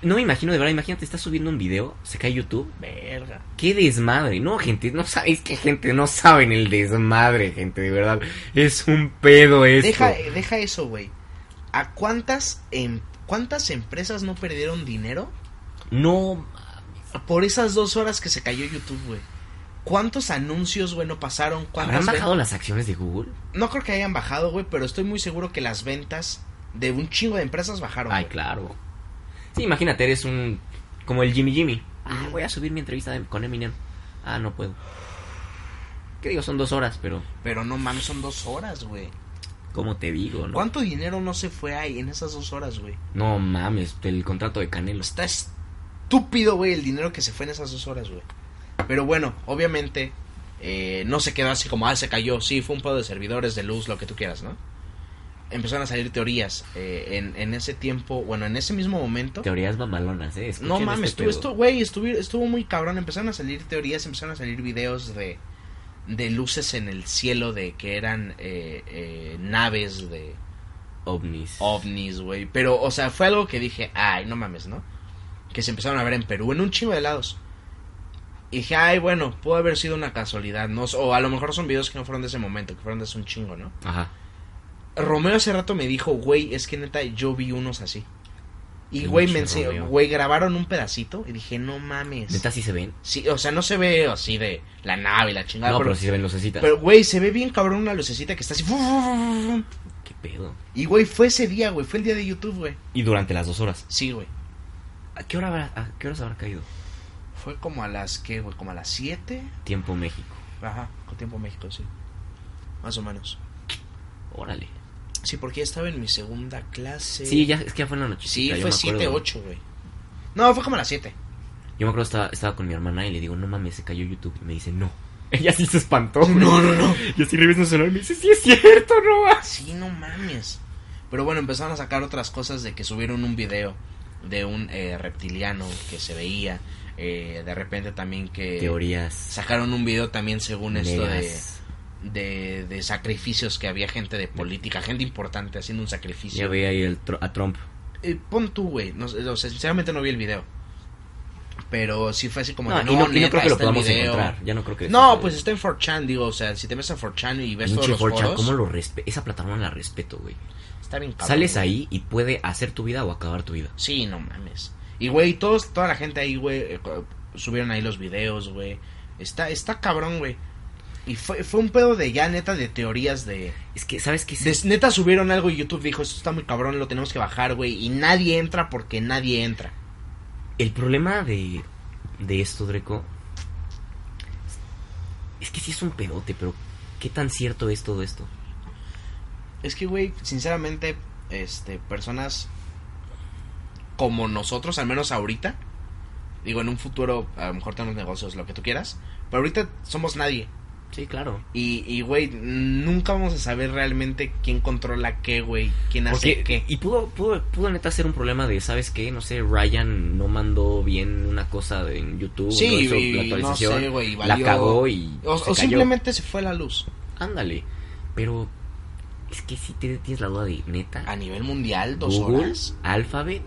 No me imagino, de verdad, imagínate, estás subiendo un video, se cae YouTube, Verga. qué desmadre. No, gente, no sabéis que gente, no saben el desmadre, gente, de verdad. Es un pedo esto. Deja, eh, deja eso, güey. ¿A cuántas, em- cuántas empresas no perdieron dinero No, por esas dos horas que se cayó YouTube, güey. ¿Cuántos anuncios, güey, no pasaron? ¿habrán ¿Cuántas ven- bajado las acciones de Google? No creo que hayan bajado, güey, pero estoy muy seguro que las ventas de un chingo de empresas bajaron. Ay, güey. claro. Sí, imagínate, eres un... Como el Jimmy Jimmy. Ah, Ujú. voy a subir mi entrevista de- con Eminem. Ah, no puedo. ¿Qué digo? Son dos horas, pero... Pero no mames, son dos horas, güey. ¿Cómo te digo, no? ¿Cuánto dinero no se fue ahí en esas dos horas, güey? No mames, el contrato de Canelo. Está estúpido, güey, el dinero que se fue en esas dos horas, güey. Pero bueno, obviamente, eh, no se quedó así como, ah, se cayó. Sí, fue un pedo de servidores, de luz, lo que tú quieras, ¿no? Empezaron a salir teorías eh, en, en ese tiempo, bueno, en ese mismo momento. Teorías mamalonas, ¿eh? Escuchen No este mames, tú, pedo. esto, güey, estuvi- estuvo, muy cabrón. Empezaron a salir teorías, empezaron a salir videos de, de luces en el cielo, de que eran eh, eh, naves de Ovnis. ovnis, güey. Pero, o sea, fue algo que dije, ay, no mames, ¿no? Que se empezaron a ver en Perú, en un chingo de lados. Y dije, ay, bueno, pudo haber sido una casualidad, ¿no? O a lo mejor son videos que no fueron de ese momento, que fueron de hace un chingo, ¿no? Ajá. Romeo hace rato me dijo, güey, es que neta, yo vi unos así. Y Pinche güey, me ense- Romeo. güey, grabaron un pedacito y dije, no mames. ¿Neta sí se ven? Sí, o sea, no se ve así de la nave y la chingada. no, pero, Ah, pero sí se ven lucecitas. pero, güey, se ve bien cabrón una lucecita que está así. ¿Qué pedo? Y, güey, fue ese día, güey. Fue el día de YouTube, güey. Y durante las dos horas. Sí, güey. ¿A qué hora habrá, a qué horas habrá caído? Fue como a las, ¿qué, güey? Como a las 7. Tiempo México. Ajá, con tiempo México, sí. Más o menos. Órale. Sí, porque ya estaba en mi segunda clase. Sí, ya, es que ya fue en la noche. Sí, fue 7, 8, güey. No, fue como a las 7. Yo me acuerdo estaba, estaba con mi hermana y le digo, no mames, se cayó YouTube. Y me dice, no. Ella sí se espantó. No, no, no. Y así revisando su celular y me dice, sí es cierto, no mames. Ah, Sí, no mames. Pero bueno, empezaron a sacar otras cosas de que subieron un video de un eh, reptiliano que se veía. eh, de repente también que Eh, Teorías. sacaron un video también según esto de, negras. de, de sacrificios que había gente de política, gente importante haciendo un Ya sacrificio. veía ahí el tr- a Trump. Eh, pon tú, güey. No, sé, o sea, sinceramente no vi el video. Pero sí fue así como No, de, y no, y no neta, creo que lo está el podamos video. encontrar. Ya no creo que. este No, pues está en 4chan, digo, o sea, si te metes a 4chan y ves Pinche todos los 4chan, foros, ¿cómo lo respe- Esa plataforma la respeto, güey. está bien cabrón. Sales güey. ahí y puede hacer tu vida o acabar tu vida. Sí, no mames. Y, güey, todos, toda la gente ahí, güey, eh, co- subieron ahí los videos, güey. Está, está cabrón, güey. Y fue, fue un pedo de ya, neta, de teorías de... Es que, ¿sabes qué? de- Neta subieron algo y YouTube dijo, esto está muy cabrón, lo tenemos que bajar, güey. Y nadie entra porque nadie entra. El problema de, de esto, Dreco, es que sí es un pedote, pero ¿qué tan cierto es todo esto? Es que, güey, sinceramente, este, personas como nosotros, al menos ahorita, digo, en un futuro, a lo mejor tenemos negocios, lo que tú quieras, pero ahorita somos nadie. Sí, claro. Y, y, güey, nunca vamos a saber realmente quién controla qué, güey, quién hace Porque, qué. Y pudo, pudo, pudo neta ser un problema de, ¿sabes qué? No sé, Ryan no mandó bien una cosa de- en YouTube, no Sí, hizo y la no actualización, sé, güey, y la valió- cagó y O, se o cayó. simplemente se fue la luz. Ándale, pero es que si te tienes la duda de, neta, A nivel mundial, dos Google, horas. Alphabet,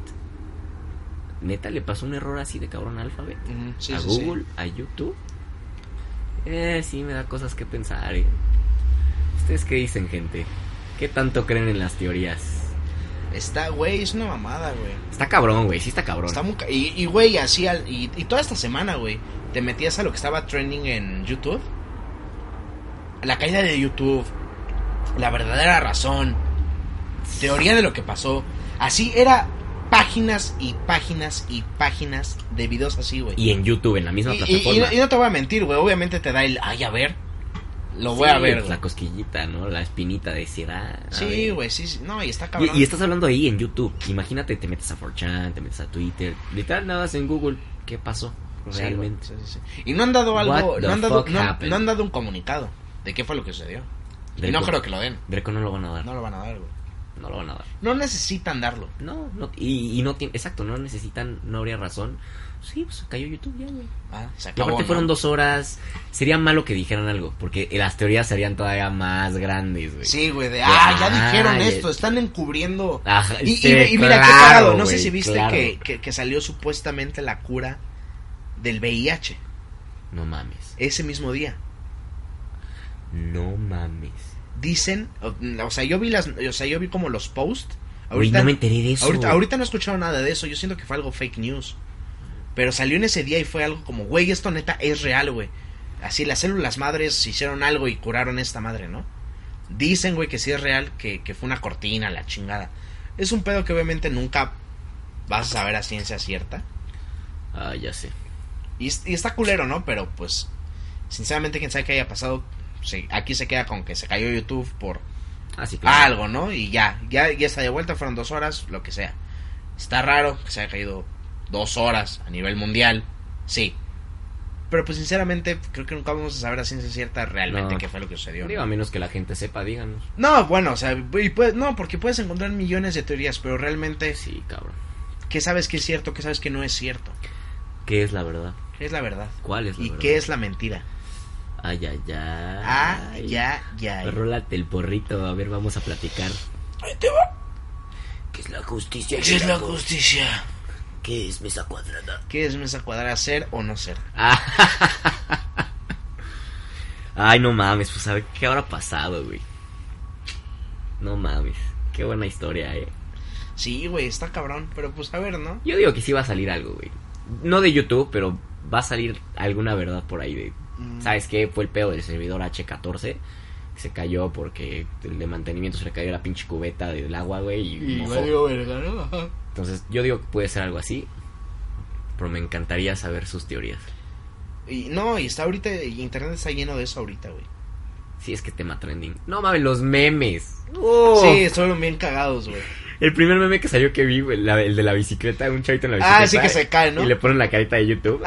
neta le pasó un error así de cabrón a Alphabet. Ujú, sí, a sí, sí. Google, a YouTube. Eh, sí, me da cosas que pensar. eh. ¿Ustedes qué dicen, gente? ¿Qué tanto creen en las teorías? Está, güey, es una mamada, güey. Está cabrón, güey, sí está cabrón. Está muy ca- y, y, güey, así, al- y, y toda esta semana, güey, te metías a lo que estaba trending en YouTube. La caída de YouTube. La verdadera razón. Teoría de lo que pasó. Así era páginas y páginas y páginas de videos así, güey. Y en YouTube, en la misma Y- y- y, plataforma. no- y no te voy a mentir, güey. Obviamente te da el, ay, a ver. Lo voy a Sí, ver, pues, güey. La cosquillita, ¿no? La espinita de ciudad. Sí, güey, sí, sí. No, y está Y, cabrón. y estás hablando ahí en YouTube. Imagínate, te metes a 4chan, te metes a Twitter. Literal, nada más en Google. ¿Qué pasó Sí, realmente? güey, sí, sí, sí. Y no han dado algo, What the no han dado, fuck no, happened? no han dado un comunicado de qué fue lo que sucedió. Y Dreco- no creo que lo den. Dreco no lo van a dar. No lo van a dar, güey. no lo van a dar. No necesitan darlo. No, no y, y no tiene, exacto, no necesitan, no habría razón. Sí, pues cayó YouTube ya, güey. Ah, se Y acabó. aparte ¿no? fueron dos horas. Sería malo que dijeran algo, porque las teorías serían todavía más grandes, güey. Sí, güey, de, ah, ya Ah, dijeron ya- esto, están encubriendo. Ajá, Y, y- Ah, sí, y mira qué claro, cagado, no sé güey, si viste claro. que, que- que salió supuestamente la cura del VIH No mames, ese mismo día. no mames. Dicen, o, o sea, yo vi las, o sea, yo vi como los posts. Güey, no me enteré de eso. Ahorita, ahorita no he escuchado nada de eso. Yo siento que fue algo fake news. Pero salió en ese día y fue algo como, güey, esto neta es real, güey. Así las células madres hicieron algo y curaron esta madre, ¿no? Dicen, güey, que sí es real, que, que fue una cortina, la chingada. Es un pedo que obviamente nunca vas a saber a ciencia cierta. Ah, ya sé. Y, es- y está culero, ¿no? Pero pues, sinceramente, quién sabe qué haya pasado. Sí, aquí se queda con que se cayó YouTube por Ah, sí, claro. algo, ¿no? Y ya, ya, ya está de vuelta, fueron dos horas, lo que sea. Está raro que se haya caído dos horas a nivel mundial, sí. Pero pues sinceramente creo que nunca vamos a saber a ciencia cierta realmente No. qué fue lo que sucedió. ¿no? Digo, a menos que la gente sepa, díganos. No, bueno, o sea, y puede- no, porque puedes encontrar millones de teorías, pero realmente, Sí, cabrón. ¿qué sabes que es cierto, qué sabes que no es cierto? ¿Qué es la verdad? ¿Qué es la verdad? ¿Cuál es la ¿Y verdad? qué es la mentira? Ay, ay, ay. Ah, ya, ya. ya. Rólate el porrito, a ver, vamos a platicar. ¿Qué es la justicia? ¿Qué es la justicia? ¿Qué es mesa cuadrada? ¿Qué es mesa cuadrada, ser o no ser? Ah. Ay, no mames, pues a ver qué habrá pasado, güey. No mames, qué buena historia, eh. Sí, güey, está cabrón, pero pues a ver, ¿no? Yo digo que sí va a salir algo, güey. No de YouTube, pero va a salir alguna verdad por ahí de... Mm. ¿Sabes qué? Fue el pedo del servidor H14. que Se cayó porque el de mantenimiento se le cayó la pinche cubeta del agua, güey. Y, mojó. verga, ¿no? Ajá. Entonces, yo digo que puede ser algo así. Pero me encantaría saber sus teorías. Y no, y está ahorita, y internet está lleno de eso ahorita, güey. Si es que tema trending. No mames, los memes. ¡Oh! Sí, estuvieron bien cagados, güey. El primer meme que salió que vi, güey, la- el de la bicicleta, un chavito en la bicicleta. Ah, sí que se cae, ¿no? Y le ponen la carita de YouTube.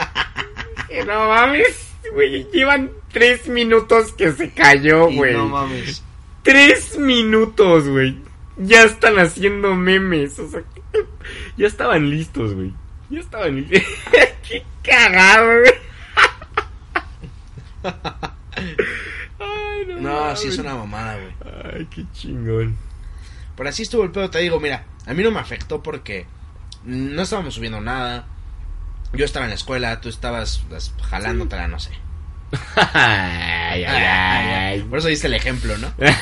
Eh, no mames, güey. Llevan tres minutos que se cayó, Y güey. no mames. tres minutos, güey. Ya están haciendo memes. O sea, ya estaban listos, güey. Ya estaban listos. Qué cagado, güey. Ay, no. No, sí es mames. una mamada, güey. Ay, qué chingón. Pero así estuvo el pedo, te digo, mira, a mí no me afectó porque no estábamos subiendo nada. Yo estaba en la escuela, tú estabas las- jalándotela, no sé. ay, ay, ay, Eh. Por eso diste el ejemplo, ¿no? ay.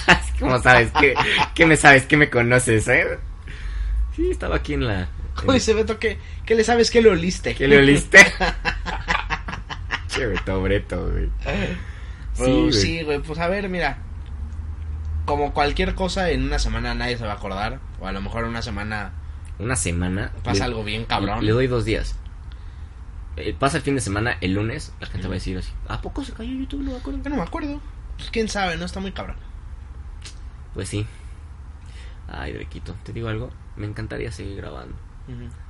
¿Cómo sabes? ¿Qué, qué me sabes? ¿Qué me conoces, eh? Sí, estaba aquí en la... Como dice Beto, ¿qué, qué le sabes que le oliste? ¿Qué le oliste? che, Beto Breto, güey. Pero Sí, güey. sí, güey, pues a ver, mira. Como cualquier cosa, en una semana nadie se va a acordar. O a lo mejor en una semana Una semana... pasa le- algo bien cabrón. Le doy dos días. Eh, Pasa el fin de semana, el lunes, la gente va a decir así, ¿a poco se cayó YouTube? No me acuerdo. Yo no me acuerdo. Pues quién sabe, no está muy cabrón. Pues sí. Ay, Drequito, te digo algo, me encantaría seguir grabando.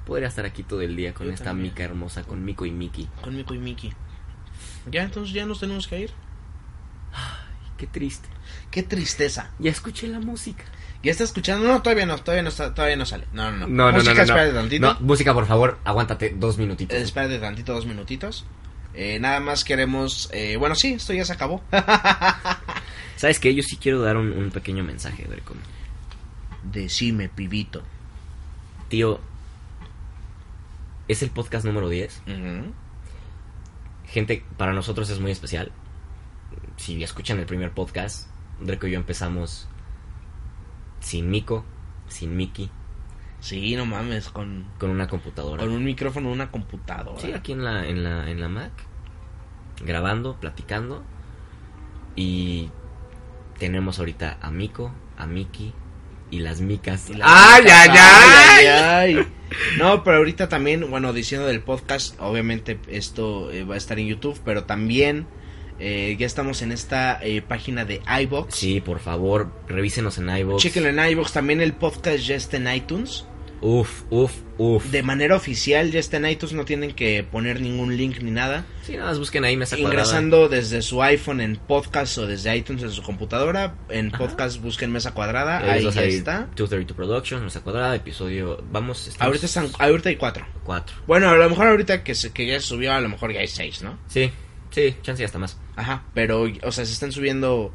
Podría estar aquí todo el día con Yo esta también. mica hermosa, con Mico y Miki. Con Mico y Miki. Ya, entonces ya nos tenemos que ir. Qué triste. Qué tristeza. Ya escuché la música. ¿Ya está escuchando? No, todavía no, todavía no, está- todavía no sale. No, no, no. No, no, no, Música, no, espérate no. tantito. No, música, por favor, aguántate dos minutitos. Eh, Espérate tantito, dos minutitos. Eh, nada más queremos... eh, bueno, sí, esto ya se acabó. ¿Sabes qué? Yo sí quiero dar un, un pequeño mensaje, Dreco. Decime, pibito. Tío, es el podcast número 10. Ujú. Gente, para nosotros es muy especial. Si escuchan el primer podcast, Dreco y yo empezamos sin Mico, sin Miki, Sí, no mames, con, con una computadora. con un micrófono, una computadora. Sí, aquí en la, en la, en la Mac, grabando, platicando. Y tenemos ahorita a Miko, a Miki y las micas. Ah, Y la- ¡Ay, ay, ay! ay, ay! No, pero ahorita también, bueno, diciendo del podcast, obviamente esto eh, va a estar en YouTube, pero también eh, ya estamos en esta eh, página de iBox. Sí, por favor, revísenos en iVoox. Chequenlo en iBox, también el podcast ya está en iTunes. Uf, uf, uf. De manera oficial ya está en iTunes, no tienen que poner ningún link ni nada. Sí, nada más busquen ahí mesa cuadrada. Ingresando desde su iPhone en podcast o desde iTunes en su computadora, en Ajá. podcast busquen mesa cuadrada, Ahí ahí les va a ya salir está. 232 Productions, mesa cuadrada, episodio. Vamos, estamos Ahorita están, ahorita hay cuatro. cuatro. Bueno, a lo mejor ahorita que, se, que ya se subió, a lo mejor ya hay seis, ¿no? Sí, sí, chance y hasta más. Ajá, pero, o sea, se están subiendo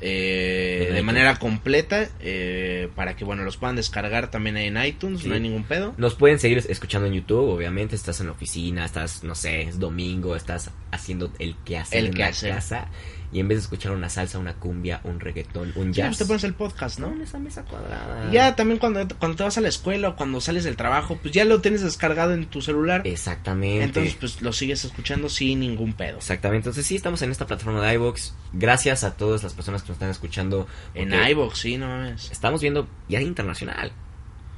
eh, En de iTunes. manera completa eh, para que, bueno, los puedan descargar también ahí en iTunes, Sí. no hay ningún pedo. Nos pueden seguir escuchando en YouTube, obviamente. Estás en la oficina, estás, no sé, es domingo, estás haciendo el que hacer El en la quehacer. casa. Y en vez de escuchar una salsa, una cumbia, un reggaetón, un Ya, jazz. pues te pones el podcast, ¿no? ¿no? en esa mesa cuadrada. Ya también cuando, cuando te vas a la escuela o cuando sales del trabajo, pues ya lo tienes descargado en tu celular. Eh, Exactamente. Entonces, pues lo sigues escuchando sin ningún pedo. Exactamente. Entonces, sí, estamos en esta plataforma de iBox. Gracias a todas las personas que nos están escuchando. En porque iVoox, sí, no mames. Estamos viendo ya internacional.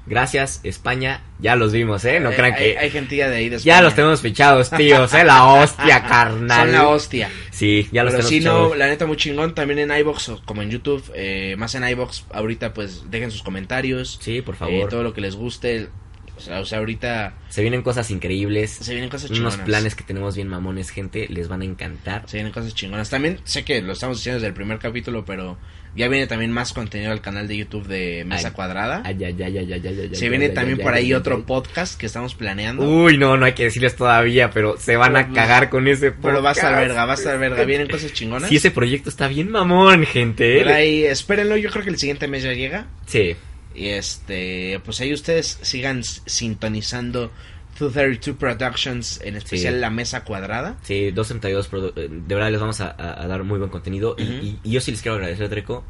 Gracias, España. Ya los vimos, ¿eh? No Eh, crean hay, que. hay gentilla de ahí de ya España. Ah, los tenemos fichados, tíos, ¿eh? La hostia, carnal. Son la hostia. Sí, ya los Pero tenemos sí, fichados. no, la neta muy chingón. También en iBox, o como en YouTube, eh, más en iBox. Ahorita, pues dejen sus comentarios, Sí, por eh, favor. todo lo que les guste. O sea, o sea, ahorita Se vienen cosas increíbles. se vienen cosas Unos chingonas. planes que tenemos bien mamones, gente. Les van a encantar. Se vienen cosas chingonas. También sé que lo estamos diciendo desde el primer capítulo, pero ya viene también más contenido al canal de YouTube de Mesa Ay, Cuadrada. Ay, ay, ay, ay, ay, ay, ay, Ah. se ay, viene ay, también ay, por ay, ahí ay, otro ay. Uh, podcast que estamos planeando. Uy, no, no hay que decirles todavía, pero se van a Pero, cagar con ese pero va a estar podcast. verga, va a estar verga. Vienen cosas chingonas. Sí, ese proyecto está bien mamón, gente. ¿eh? Por ahí, espérenlo, yo creo que el siguiente mes ya llega. Sí. Y este, pues ahí ustedes sigan s- sintonizando 232 Productions, en especial Sí. la mesa cuadrada. Sí, 232, produ- eh, de verdad les vamos a, a- a dar muy buen contenido. Y- Ujú. y, y yo sí les quiero agradecer, Treco.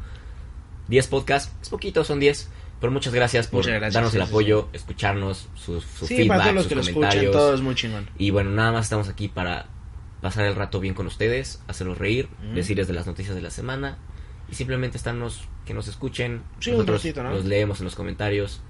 10 podcasts, es poquito, son 10. Pero muchas gracias por Muchas gracias, darnos el sí, sí, apoyo, escucharnos, su, su sí, feedback, para todos los sus que lo escuchan, comentarios. todo es muy chingón. Y bueno, nada más estamos aquí para pasar el rato bien con ustedes, hacerlos reír, Ujú. decirles de las noticias de la semana y simplemente estarnos, que nos escuchen. Sí, un ratito, ¿no? Los leemos en los comentarios.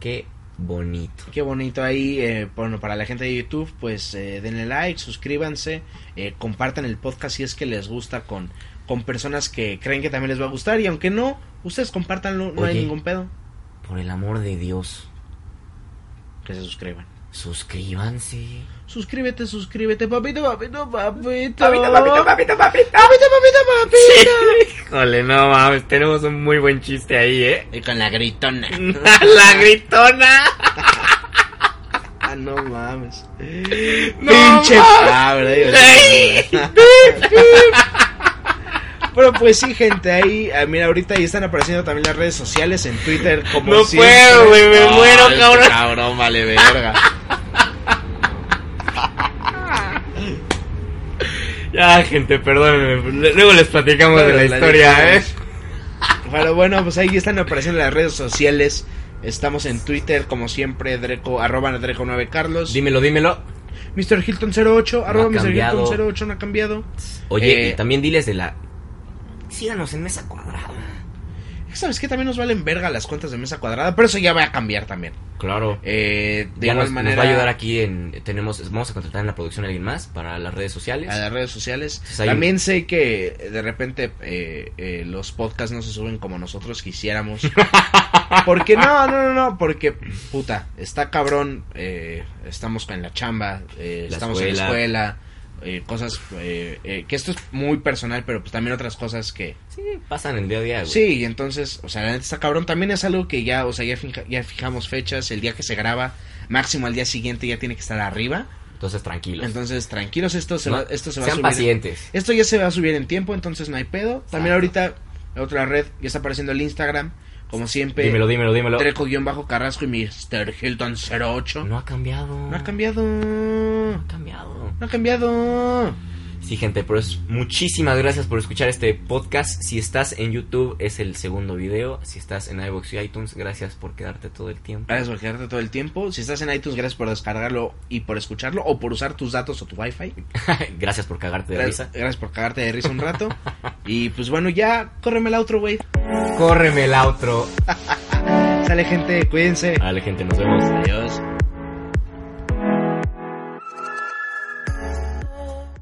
Qué bonito. Qué bonito ahí, eh, bueno, para la gente de YouTube, pues eh, denle like, suscríbanse, eh, compartan el podcast si es que les gusta con, con personas que creen que también les va a gustar. Y aunque no, ustedes compártanlo, no hay Oye. ningún pedo. Por el amor de Dios, Que se suscriban. suscríbanse. Suscríbete, suscríbete, papito, papito, papito. papito, papito. papito, papito, papito. Sí. Híjole, no mames, tenemos un muy buen chiste ahí, ¿eh? Y con la gritona. La gritona. Ah, no mames. No Pinche mames. padre. Dios Ay. mío. Pero pues sí, gente, ahí, ah, mira, ahorita ahí están apareciendo también las redes sociales en Twitter como No siempre. puedo, güey, me Ah, muero, este cabrón. Cabrón, vale verga. Ya, gente, perdónenme. Le- Luego les platicamos Luego de les la historia, ¿eh? platicamos. Pero bueno, pues ahí están apareciendo las redes sociales. Estamos en Twitter, como siempre, Dreco, arroba Dreco9Carlos. Dímelo, dímelo. Mr. Hilton08, arroba Mr. cambiado. Hilton08, no ha cambiado. Eh, Oye, y también diles de la. Síganos en mesa cuadrada. ¿Sabes qué? También nos valen verga las cuentas de mesa cuadrada, pero eso ya va a cambiar también. Claro. Eh, de ya igual nos, nos manera, va a ayudar aquí en. Tenemos, vamos a contratar en la producción a alguien más para las redes sociales. a las redes sociales. Pues ahí- También sé que de repente eh, eh, los podcasts no se suben como nosotros quisiéramos. porque no, no, no, no, porque puta, está cabrón, eh, estamos en la chamba, eh, La estamos en la escuela, eh, cosas eh, eh, que esto es muy personal, pero pues también otras cosas que... Sí, pasan el día a día, Ah, güey. Sí, y entonces, o sea, la neta está cabrón. También es algo que ya, o sea, ya, fija- ya fijamos fechas, el día que se graba, máximo al día siguiente ya tiene que estar arriba. Entonces, tranquilos. Entonces, tranquilos, esto se No, va, esto se va sean a subir. pacientes. Esto ya se va a subir en tiempo, entonces no hay pedo. También ahorita, la otra red, ya está apareciendo el Instagram, como siempre, Dímelo, dímelo, dímelo. Dreco-Carrasco y Mr. Hilton08. No, No ha cambiado. ha cambiado, No ha no cambiado. ha cambiado. Sí, gente, pero es muchísimas gracias por escuchar este podcast. Si estás en YouTube, es el segundo video. Si estás en iVoox y iTunes, gracias por quedarte todo el tiempo. Gracias por quedarte todo el tiempo. Si estás en iTunes, gracias por descargarlo y por escucharlo, o por usar tus datos o tu wifi. gracias por cagarte de Gracias, risa. gracias por cagarte de risa un rato. y pues bueno, ya, córreme el outro, güey. Córreme el outro. Sale gente, cuídense. Vale, gente, nos vemos. Adiós.